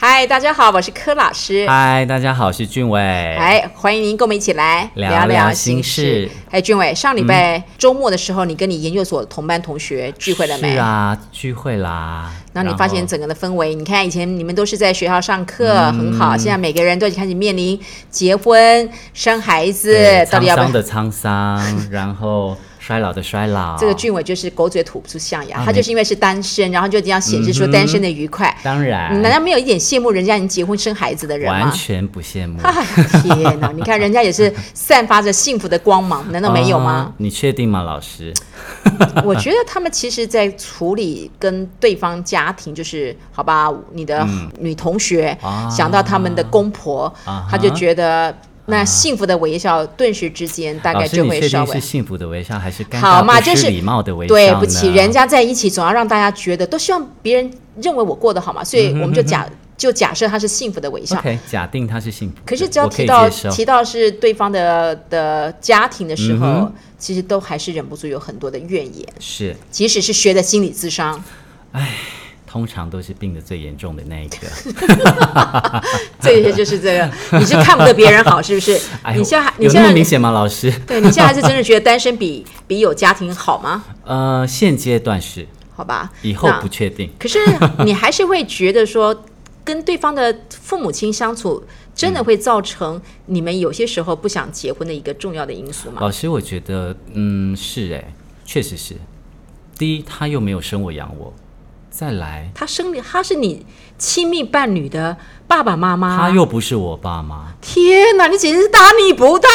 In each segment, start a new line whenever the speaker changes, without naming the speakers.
嗨，大家好，我是柯老师。
嗨，大家好，我是俊伟。
哎，欢迎您跟我们一起来
聊
聊
聊
心
心事。嗯
哎，俊伟，上礼拜周末的时候，你跟你研究所同班同学聚会了没？
是啊，聚会啦。
然后你发现整个的氛围，你看以前你们都是在学校上课，
嗯
很好，现在每个人都已经开始面临结婚、生孩子
对，
到底
沧
要不要？
桑的沧桑，然后衰老的衰老。
这个俊伟就是狗嘴吐不出象牙，
啊嗯
他
没
就是因为是单身，然后就一定要显示出单身的愉快。
当
你难
然
道没有一点羡慕人家已经结婚生孩子的人
哎完
吗？
全不 羡慕。
哎天哪！你看人家也是散发着幸福的光芒，难道没有吗
啊？你确定吗，老师？啊
我觉得他们其实，在处理跟对方家庭，就是好吧，你的女同学、
嗯啊
想到他们的公婆，
啊哈
他就觉得那幸福的微笑顿时之间大
老
概
师，
就
你
会
确
稍
定是
微。
幸福的微笑，还是尴
好
尬
嘛，
不
就
失
是
礼貌的微笑呢？
对不起，人家在一起总要让大家觉得，都希望别人认为我过得好嘛，
嗯
所以我们就假、就假设他是幸福的微笑。
OK，假定他是幸福的，
可是只要
我可
提
以
到
接受
提到是对方的的家庭的时候，
嗯哼
其实都还是忍不住有很多的怨言，
是，
即使是学的心理咨商，
通常都是病得最严重的那一个。
这些就是这 个，你是看不得别人好，是不是？
哎呦
你现在你
有
现
那么明
在
显吗，老师？
对你现在还是真的觉得单身比比有家庭好吗？
呃，现阶段是，
好吧，
以后
那
不确定。
可是你还是会觉得说，跟对方的父母亲相处，真
嗯
的会造成你们有些时候不想结婚的一个重要的因素吗？
老师，我觉得，嗯，是哎，确实是。第一，他又没有生我养我；再来，
他生理他是你亲密伴侣的爸爸妈
他
妈，
又不是我 爸妈，
天哪，你简直是大逆不 道！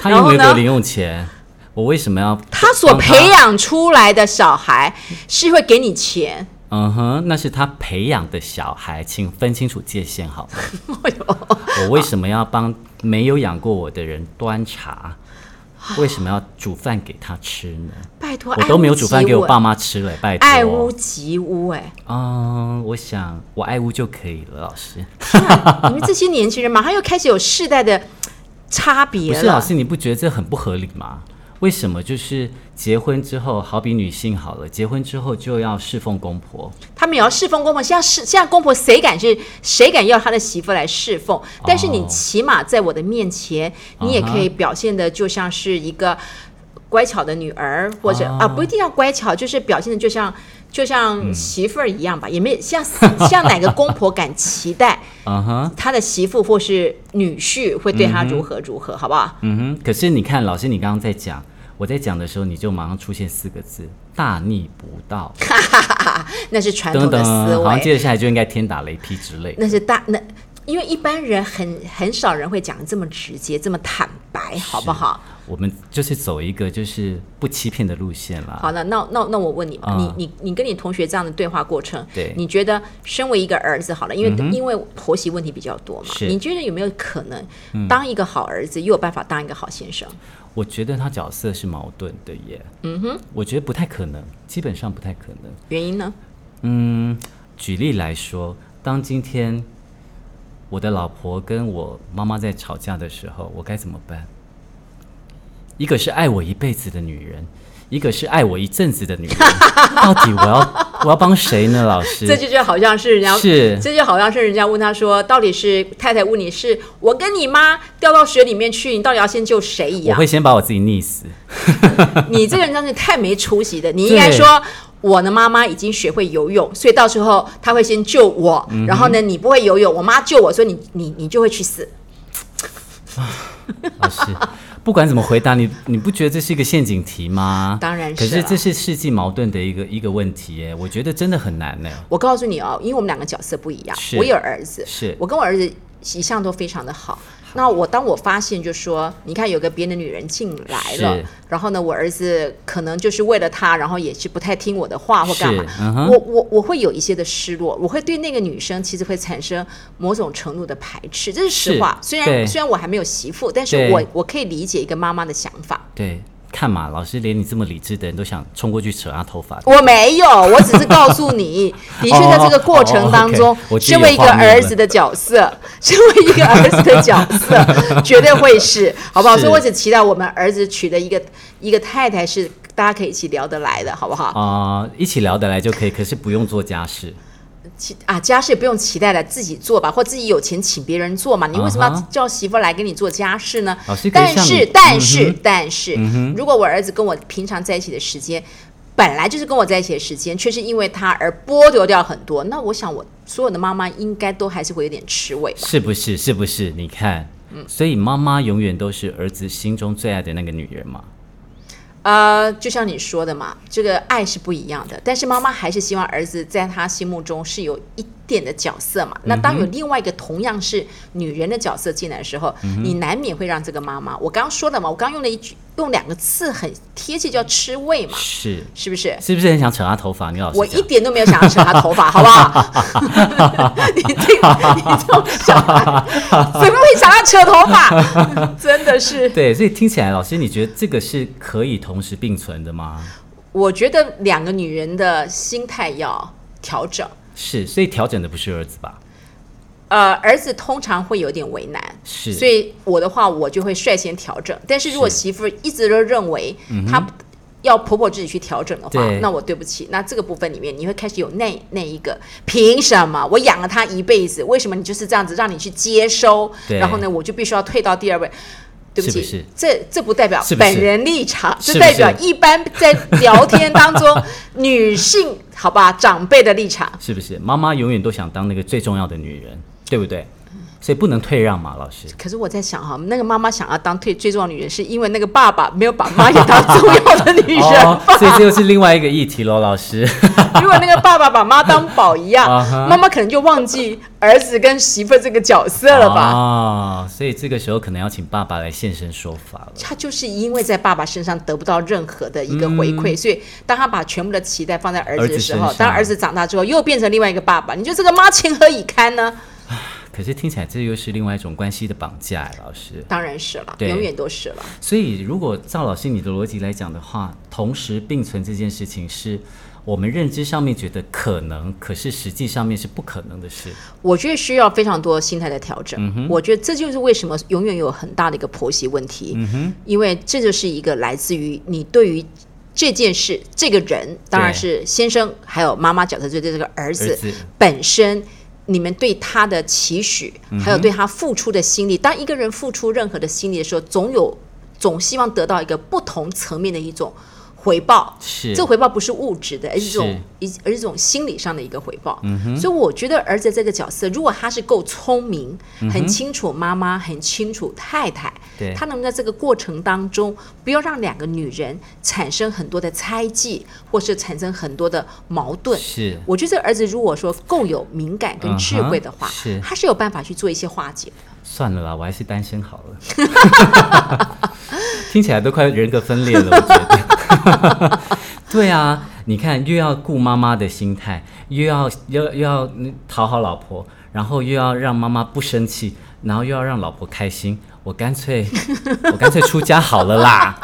他
然
又
后
没有给我
呢
零用钱，我为什么要？
他所培，养出来的小孩是会给你钱，
嗯哼，那是他培养的小孩，请分清楚界限好吗？
哎呦。
我为什么要帮没有养过我的人端茶？为什么要煮饭给他吃呢？
拜托，
我都没有煮饭给我爸
妈。
妈吃了，拜托。
啊
哦
哎爱屋及乌，哎，
嗯，我想我爱屋就可以了，老师。
你们这些年轻人马上又开始有世代的差别
不
了。
是老啊师，你不觉得这很不合理吗？为什么就是结婚之后，好比女性好了，结婚之后就要侍奉公婆？
他们也要侍奉公婆，像是像公婆，谁敢是谁敢要他的媳妇来侍奉？
哦
但是你起码在我的面前，你也可以表现的就像是一个乖巧的女儿，或者啊、
啊
不一定要乖巧，就是表现的就像就
嗯
像媳妇儿一样吧，也没像像哪个公婆敢期待
嗯哼，
他的媳妇或是女婿会对他如何如何，好不好？
嗯哼。可是你看，老师，你刚刚在讲，我在讲的时候，你就马上出现四个字：大逆不道。
那是传
等
统的
等，
思
好像接
维，
着下来就应该天打雷劈之类的。
那是大那，因为一般人很很少人会讲得这么直接、这么坦白，好不好？
我们就是走一个就是不欺骗的路线啦。
好了，那那那我问你吧，
嗯
你你你跟你同学这样的对话过程，
对嗯
你觉得身为一个儿子好了，因为、因为婆媳问题比较多嘛，
是嗯
你觉得有没有可能当一个好儿子，又有办法当一个好先生？
我觉得他角色是矛盾的耶。嗯哼，我觉得不太可能，基本上不太可能。
原因呢？
嗯，举例来说，当今天我的老婆跟我妈妈在吵架的时候，我该怎么办？一个是爱我一辈子的女人，一个是爱我一阵子的女人，到底我要我要帮谁呢？老师，
这就就好像是人家
是
这就好像是人家问他说，到底是太太问你是我跟你妈掉到水里面去，你到底要先救谁一
我
样？
会先把我自己溺死。
你这个人真是太没出息的，你应该说。我的妈妈已经学会游泳，所以到时候她会先救我，然后呢，你不会游泳，我妈救我，所以你你你就会去死。
老师， 不管怎么回答你，你不觉得这是一个陷阱题吗？
当然
可
是啊
是
了
这是世纪矛盾的一个一个问题耶，我觉得真的很难呢。
我告诉你哦，因为我们两个角色不一样，
是
我有儿子，
是
我跟我儿子一向都非常的好。那我当我发现，就说你看有个别的女人进来了
是，
然后呢，我儿子可能就是为了她，然后也是不太听我的话或干嘛
是，嗯哼
我我我会有一些的失落，我会对那个女生其实会产生某种程度的排斥，这是实
是
话。虽然
对
虽然我还没有媳妇，但是
对
我我可以理解一个妈妈的想法。
对，看嘛，老师连你这么理智的人都想冲过去扯他头发。
我没有，我只是告诉 你，的确在这个过程当中
哦哦哦，，OK，
身为一个
我记得有画面
儿子的角色， 身为一个儿子的角色， 绝对会是，好不好？
是
所以我只期待我们儿子娶的一个一个太太是大家可以一起聊得来的，好不好？
啊、一起聊得来就可以，可是不用做家事。
其啊家事不用期待了，自己做吧，或自己有钱请别人做嘛。你为什么
啊
要
哈
叫媳妇来给你做家事呢？
老师可以
但
像你
是但是、
嗯哼
但是、
嗯哼
如果我儿子跟我平常在一起的时间。本来就是跟我在一起的时间，却是因为他而剥夺掉很多。那我想，我所有的妈妈应该都还是会有点吃味吧。
是不是？是不是？你看，所以妈妈永远都是儿子心中最爱的那个女人嘛。
呃，就像你说的嘛，这个爱是不一样的，但是妈妈还是希望儿子在他心目中是有一点的角色嘛。那当有另外一个同样是女人的角色进来的时候，你难免会让这个妈妈，我刚刚说的嘛，我刚用了一句，用两个字很贴切，叫吃味嘛，
是，
是不是？
是不是很想扯她头发？你老师
我
讲
一点都没有想要扯他头发，好不好？你这个你这种小孩，啊怎么会想要扯头发？真的是。
对，所以听起来，老师，你觉得这个是可以同时并存的吗？
我觉得两个女人的心态要调整。
是，所以调整的不是儿子吧？
呃，儿子通常会有点为难，
是
所以我的话我就会率先调整。但是如果
是嗯
媳妇一直都认为她要婆婆自己去调整的话
对，
那我对不起，那这个部分里面你会开始有那那一个，凭什么我养了她一辈子，为什么你就是这样子让你去接收，
对
然后呢我就必须要退到第二位？对不起，
是不是
这这不代表
是不是
本人立场，
是
这
不
代
是
表一般在聊天当中 女性好吧长辈的立场。
是不是？妈妈永远都想当那个最重要的女人，对不对？所以不能退让嘛，老师。
可是我在想哈、那个妈妈想要当最最重要的女人，是因为那个爸爸没有把妈也当重要的女人。
哦，所以这又是另外一个议题喽，老师。
如果那个爸爸把妈当宝一样
啊哈，
妈妈可能就忘记儿子跟媳妇这个角色了吧。
哦，所以这个时候可能要请爸爸来现身说法了。
他就是因为在爸爸身上得不到任何的一个回馈，所以当他把全部的期待放在儿子的时
嗯儿子身
候
上，
当儿子长大之后又变成另外一个爸爸，你就这个妈情何以堪呢？
可是听起来这又是另外一种关系的绑架，老师。
当然是了，
对
永远都是了。
所以如果照老师你的逻辑来讲的话，同时并存这件事情是我们认知上面觉得可能，可是实际上面是不可能的事。
我觉得需要非常多心态的调整。
嗯
我觉得这就是为什么永远有很大的一个婆媳问题，
嗯
因为这就是一个来自于你对于。这件事，这个人当然是先生，还有妈妈角色，就是这个儿子
儿子
本身，你们对他的期许，
嗯
还有对他付出的心力。当一个人付出任何的心力的时候，总有总希望得到一个不同层面的一种回报。
是
这回报不是物质的，而是一
是嗯
种一而是一种心理上的一个回报。所以我觉得儿子这个角色，如果他是够聪明，很清楚妈妈，很清楚太太
嗯对，
他能够在这个过程当中，不要让两个女人产生很多的猜忌，或是产生很多的矛盾。
是
我觉得这儿子如果说够有敏感跟智慧的话
嗯哼是
他是有办法去做一些化解的。
算了啦，我还是单身好了。 听起来都快人格分裂了，我觉得。 对啊，你看，又要顾妈妈的心态，又要又又要嗯讨好老婆，然后又要让妈妈不生气，然后又要让老婆开心。我干脆， 我干脆出家好了啦。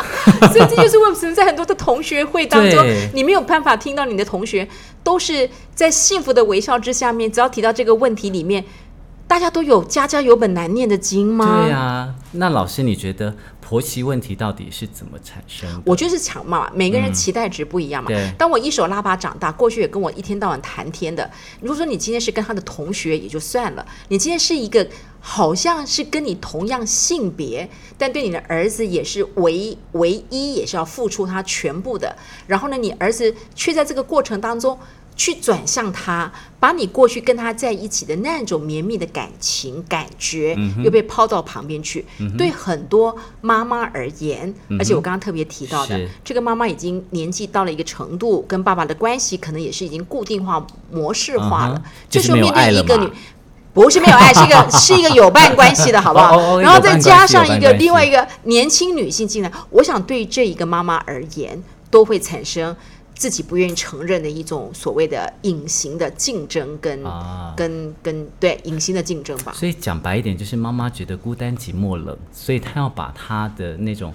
所以这就是为什么在很多的同学会当中
对，
你没有办法听到你的同学都是在幸福的微笑之下面，只要提到这个问题里面，大家都有家家有本难念的经吗？
对啊，那老师，你觉得婆媳问题到底是怎么产生的？
我就是抢嘛，每个人期待值不一样嘛。
嗯对
当我一手拉拔长大，过去也跟我一天到晚谈天的。如果说你今天是跟他的同学也就算了，你今天是一个好像是跟你同样性别，但对你的儿子也是唯唯一，也是要付出他全部的。然后呢，你儿子却在这个过程当中。去转向他，把你过去跟他在一起的那种绵密的感情感觉，
嗯
又被抛到旁边去。对很多妈妈而言，
嗯
而且我刚刚特别提到的
是，
这个妈妈已经年纪到了一个程度，跟爸爸的关系可能也是已经固定化、模式化
嗯哼
了。这
就是
时候
没有
面对
爱了
一个
嘛
女，不是没有爱，是一个 是一个有伴关系的，好不好？
哦哦哦
然后
有
再
伴
加
关系有
上
伴
一个
关系
另外一个年轻女性进来，我想对于这一个妈妈而言，都会产生自己不愿意承认的一种所谓的隐形的竞争跟、
啊
跟跟对隐形的竞争吧。
所以讲白一点，就是妈妈觉得孤单、寂寞、冷，所以她要把她的那种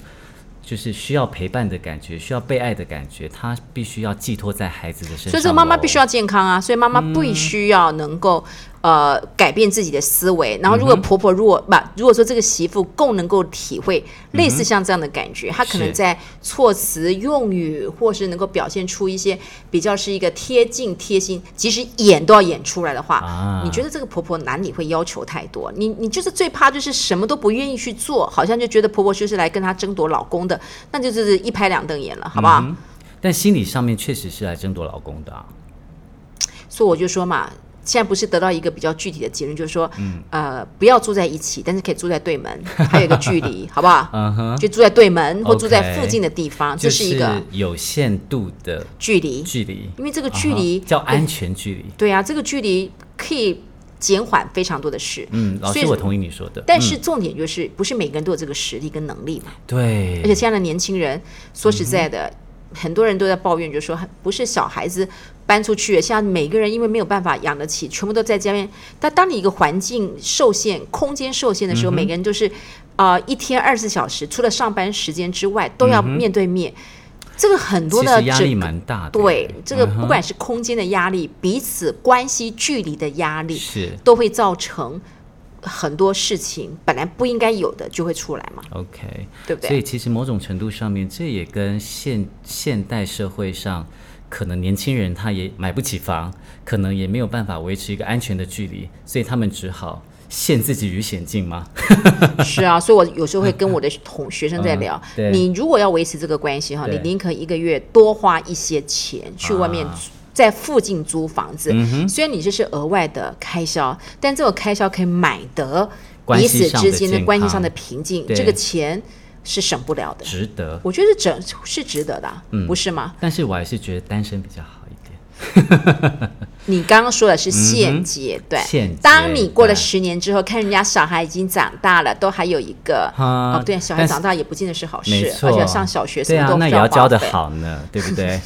就是需要陪伴的感觉、需要被爱的感觉，她必须要寄托在孩子的身上。
所以这个妈妈必须
要，嗯
要健康啊，所以妈妈必须要能够、呃改变自己的思维。然后，如果婆婆如果不、如果说这个媳妇更能够体会类似像这样的感觉，她可能
嗯是
在措辞、用语，或是能够表现出一些比较是一个贴近、贴心，即使演都要演出来的话，
啊
你觉得这个婆婆哪里会要求太多？你你就是最怕就是什么都不愿意去做，好像就觉得婆婆就是来跟她争夺老公的，那就就是一拍两瞪眼了，好不好？
嗯但心理上面确实是来争夺老公的、啊，
所以我就说嘛，现在不是得到一个比较具体的结论，就是说，
嗯
呃，不要住在一起，但是可以住在对 门，还有一个距离，好不好？
嗯哼，
就住在对门或住在
OK
附近的地方，
就
啊这是一个
有限度的
距离，
距离，
因为这个距离
啊哈叫安全距离。
对啊，这个距离可以减缓非常多的事。
嗯，老
所
师，
以
我同意你说的。
但
嗯
是重点就是，不是每个人都有这个实力跟能力嘛？
对，
而且现在的年轻人，说实在
嗯
的，很多人都在抱怨，就说不是小孩子搬出去，现在每个人因为没有办法养得起，全部都在家面。但当你一个环境受限、空间受限的
嗯
时候，每个人都是啊、呃一天二十四小时，除了上班时间之外，都要面对面。这个很多
嗯其
的
实压
整
力蛮大的。
对这个，
嗯哼
不管是空间的压力、彼此关系距离的压力，
是
都会造成很多事情本来不应该有的就会出来嘛，
OK，
对不对
所以其实某种程度上面，这也跟现现代社会上，可能年轻人他也买不起房，可能也没有办法维持一个安全的距离，所以他们只好陷自己于险境吗？
是啊，所以我有时候会跟我的同学生在聊，
对
你如果要维持这个关系哈，你
对
宁可一个月多花一些钱去外面
啊嗯
租。在附近租房子，虽然你这是额外的开销，但这个开销可以买得
关
彼
系
此
上
之
的
间的
健
关系
康
上的平静，
对
这个钱是省不了的。
值得，
我觉得整是值得的啊、
嗯
不是吗？
但是我还是觉得单身比较好一点。
你刚刚说的是现阶段，
嗯现阶段
当你过了十年之后，看人家小孩已经长大了，都还有一个，
啊
哦，对，小孩
但是
长大也不见得是好事
没，错，
而且要上小学，什
对
么
啊
都，
那也
需
要教
报
的
备。
好呢，对 不对？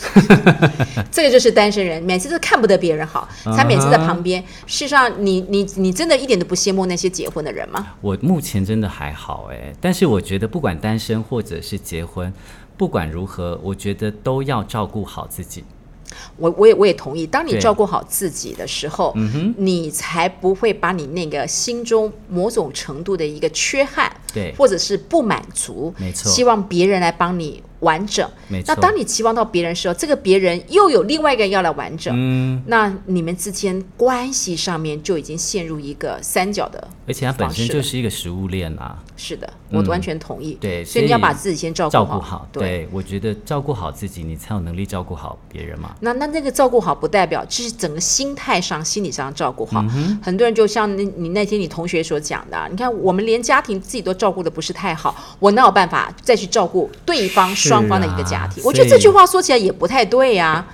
这个就是单身人，每次都看不得别人好，
嗯
他每次在旁边。事实上你，你你真的一点都不羡慕那些结婚的人吗？
我目前真的还好哎，但是我觉得不管单身或者是结婚，不管如何，我觉得都要照顾好自己。
我我也我也同意，当你
对嗯
照顾好自己的时候，你才不会把你那个心中某种程度的一个缺憾，
对
或者是不满足，
没错
希望别人来帮你完整。
没错
那当你期望到别人的时候，这个别人又有另外一个人要来完整，
嗯，
那你们之间关系上面就已经陷入一个三角的。
而且它本身
方式
就是一个食物链啊，
是的，我完全同意。
对，
所以你要把自己先照
照
顾好。
好。
对。
对，我觉得照顾好自己，你才有能力照顾好别人嘛。
那那那个照顾好，不代表这是整个心态上、心理上照顾好。
嗯
很多人就像你你那天你同学所讲的啊，你看我们连家庭自己都照顾的不是太好，我哪有办法再去照顾对方
是
双方的
啊
一个家庭？
所
我觉得这
以
句话说起来也不太对呀、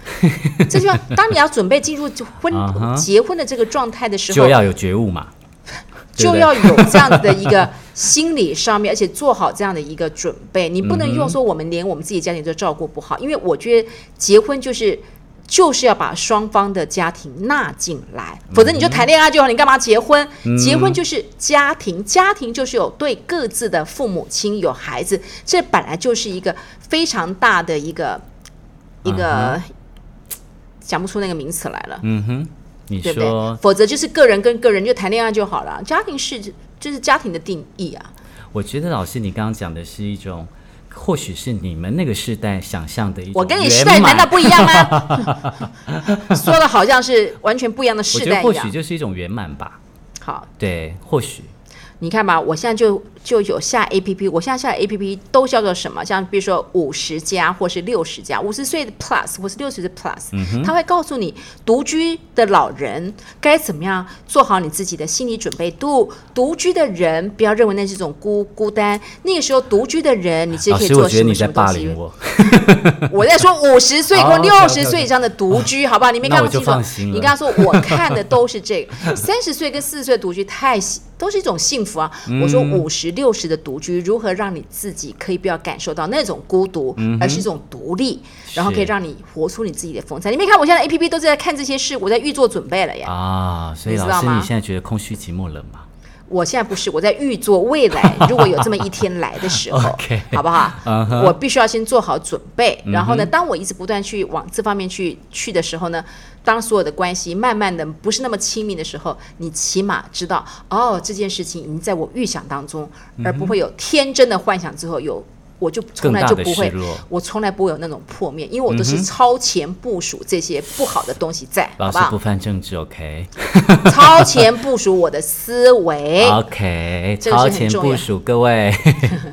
这句话，当你要准备进入婚、
啊哈
结婚的这个状态的时
就
候，
要有觉悟嘛。对不
就
对
要有这样子的一 个心理上面，而且做好这样的一个准备。你不能
嗯
用说我们连我们自己家庭都照顾不好，因为我觉得结婚就是就是要把双方的家庭纳进来，
嗯
否则你就谈恋爱就好，你干嘛结婚？结婚就是家庭，家庭就是有对各自的父母亲有孩子，这本来就是一个非常大的一个一个。讲不出那个名词来了，
嗯哼，你
对不对
说？，
否则就是个人跟个人就谈恋爱就好了。家庭是就是家庭的定义啊，
我觉得老师你刚刚讲的是一种，或许是你们那个时代想象的一种
我跟你
圆
世代难
满
道不一样吗？ 说的好像是完全不一样的
我
世
觉得
代一
或许
样。
就是一种圆满吧。
好，
对，或许
你看吧，我现在就就有下 A P P，我现在下 A P P 都叫做什么？像比如说五十加或是六十加，五十岁的 Plus 或是六十岁的 Plus，、它
嗯
会告诉你独居的老人该怎么样做好你自己的心理准备度。独居的人不要认为那是一种孤孤单，那个时候独居的人，你其实
老
可以
师，我
做什
觉得
么
你
什
在
么东
霸
西
凌。我。
我在说五十岁或
哦
六
，OK，OK，OK 哦
十岁以上的独居，好不好？你没
那
看
我
不清
就
楚
放心。了
你跟他说我看的都是这个，三十岁跟四十岁独居太幸都是一种幸福啊。
嗯
我说五十六十的独居，如何让你自己可以不要感受到那种孤独，而是一种独立，然后可以
嗯是
让你活出你自己的风采。你没看我现在 A P P 都是在看这些事，我在预做准备了耶。
啊，所以
你知
老
道
师，
吗
你现在觉得空虚、寂寞、冷吗？
我现在不是，我在预做未 来，如果有这么一天来的时候
OK
好不好
嗯哼嗯
我必须要先做好准备。然后呢，当我一直不断去往这方面去去的时候呢，当所有的关系慢慢的不是那么亲密的时候，你起码知道哦，这件事情已经在我预想当中，而不会有天真的幻想之后有。我就从来就不
更大的
会
失落，嗯
我从来不会有那种破灭，因为我都是超前部署这些不好的东西在，
老
好
师
不好
不？ 犯政治，OK
超前部署我的思维，
OK，
这个是
超
很
前
重要
部署，各位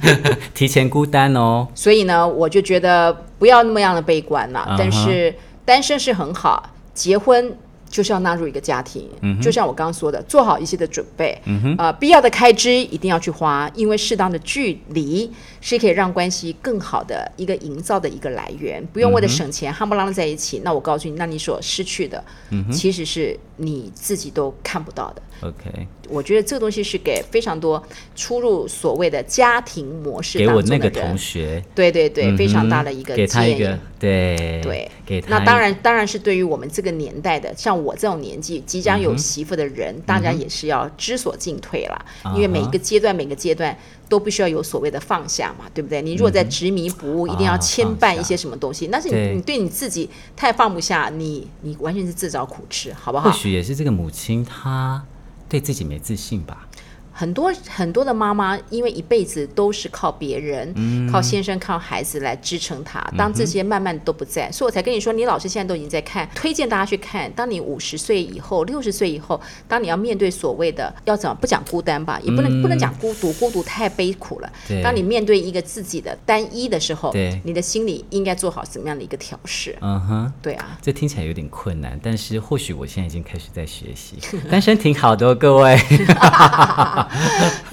提前孤单哦。
所以呢，我就觉得不要那么样的悲观了。
嗯哼
但是单身是很好，结婚就是要纳入一个家庭。
嗯
就像我刚刚说的，做好一些的准备。嗯、呃，必要的开支一定要去花，因为适当的距离是可以让关系更好的一个营造的一个来源。不
嗯
用为了省钱夯不啷的在一起，那我告诉你，那你所失去的，
嗯
其实是你自己都看不到的。
OK，
我觉得这个东西是给非常多出入所谓的家庭模式
给
当
我
中的
那
人。
个同学，
对对对，非常大的一个
嗯哼给他
建
一
议。
个对
对，
给他
那
一
当然，当然是对于我们这个年代的，像我这种年纪即将
嗯
有媳妇的人，大家也是要知所进退啦。
啊
因为每一个阶段，每个阶段都必须要有所谓的放下嘛，对不对？你如果在执迷不悟，一定要
嗯啊
牵
放
绊
下
一些什么东西，那是
对
你你对你自己太放不下，你你完全是自找苦吃，好不
或
好？
许也是这个母亲她对自己没自信吧。
很多很多的妈妈，因为一辈子都是靠别人、
嗯
靠先生、靠孩子来支撑她。当这些慢慢都不在，所以我才跟你说，你老师现在都已经在看，推荐大家去看。当你五十岁以后、六十岁以后，当你要面对所谓的要怎么不讲孤单吧，也不能、不能讲孤独，孤独太悲苦了
嗯对。
当你面对一个自己的单一的时候
对，
你的心里应该做好什么样的一个调试？
嗯哼，
对啊，
这听起来有点困难，但是或许我现在已经开始在学 习，单身挺好的哦、各位。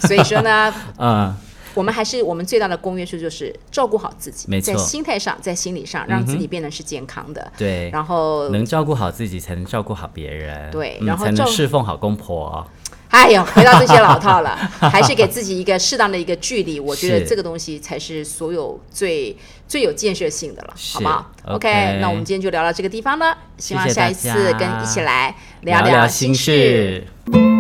所以说呢，
嗯，
我们还是我们最大的公约数就是照顾好自己，
没错嗯
在心态上，在心理上，让自己变得是健康的。
对，
然后，
能照顾好自己，才能照顾好别人。
对
嗯
然后
才能
照
侍奉好公婆。
哎呦，回到这些老套了， 还是给自己一个适当的一个距离。我觉得
是
这个东西才是所有最最有建设性的了，
是
好不好
OK
那我们今天就聊到这个地方了，希望
谢谢
下一
大
次
家
跟一起来
聊
聊
心
事。
事。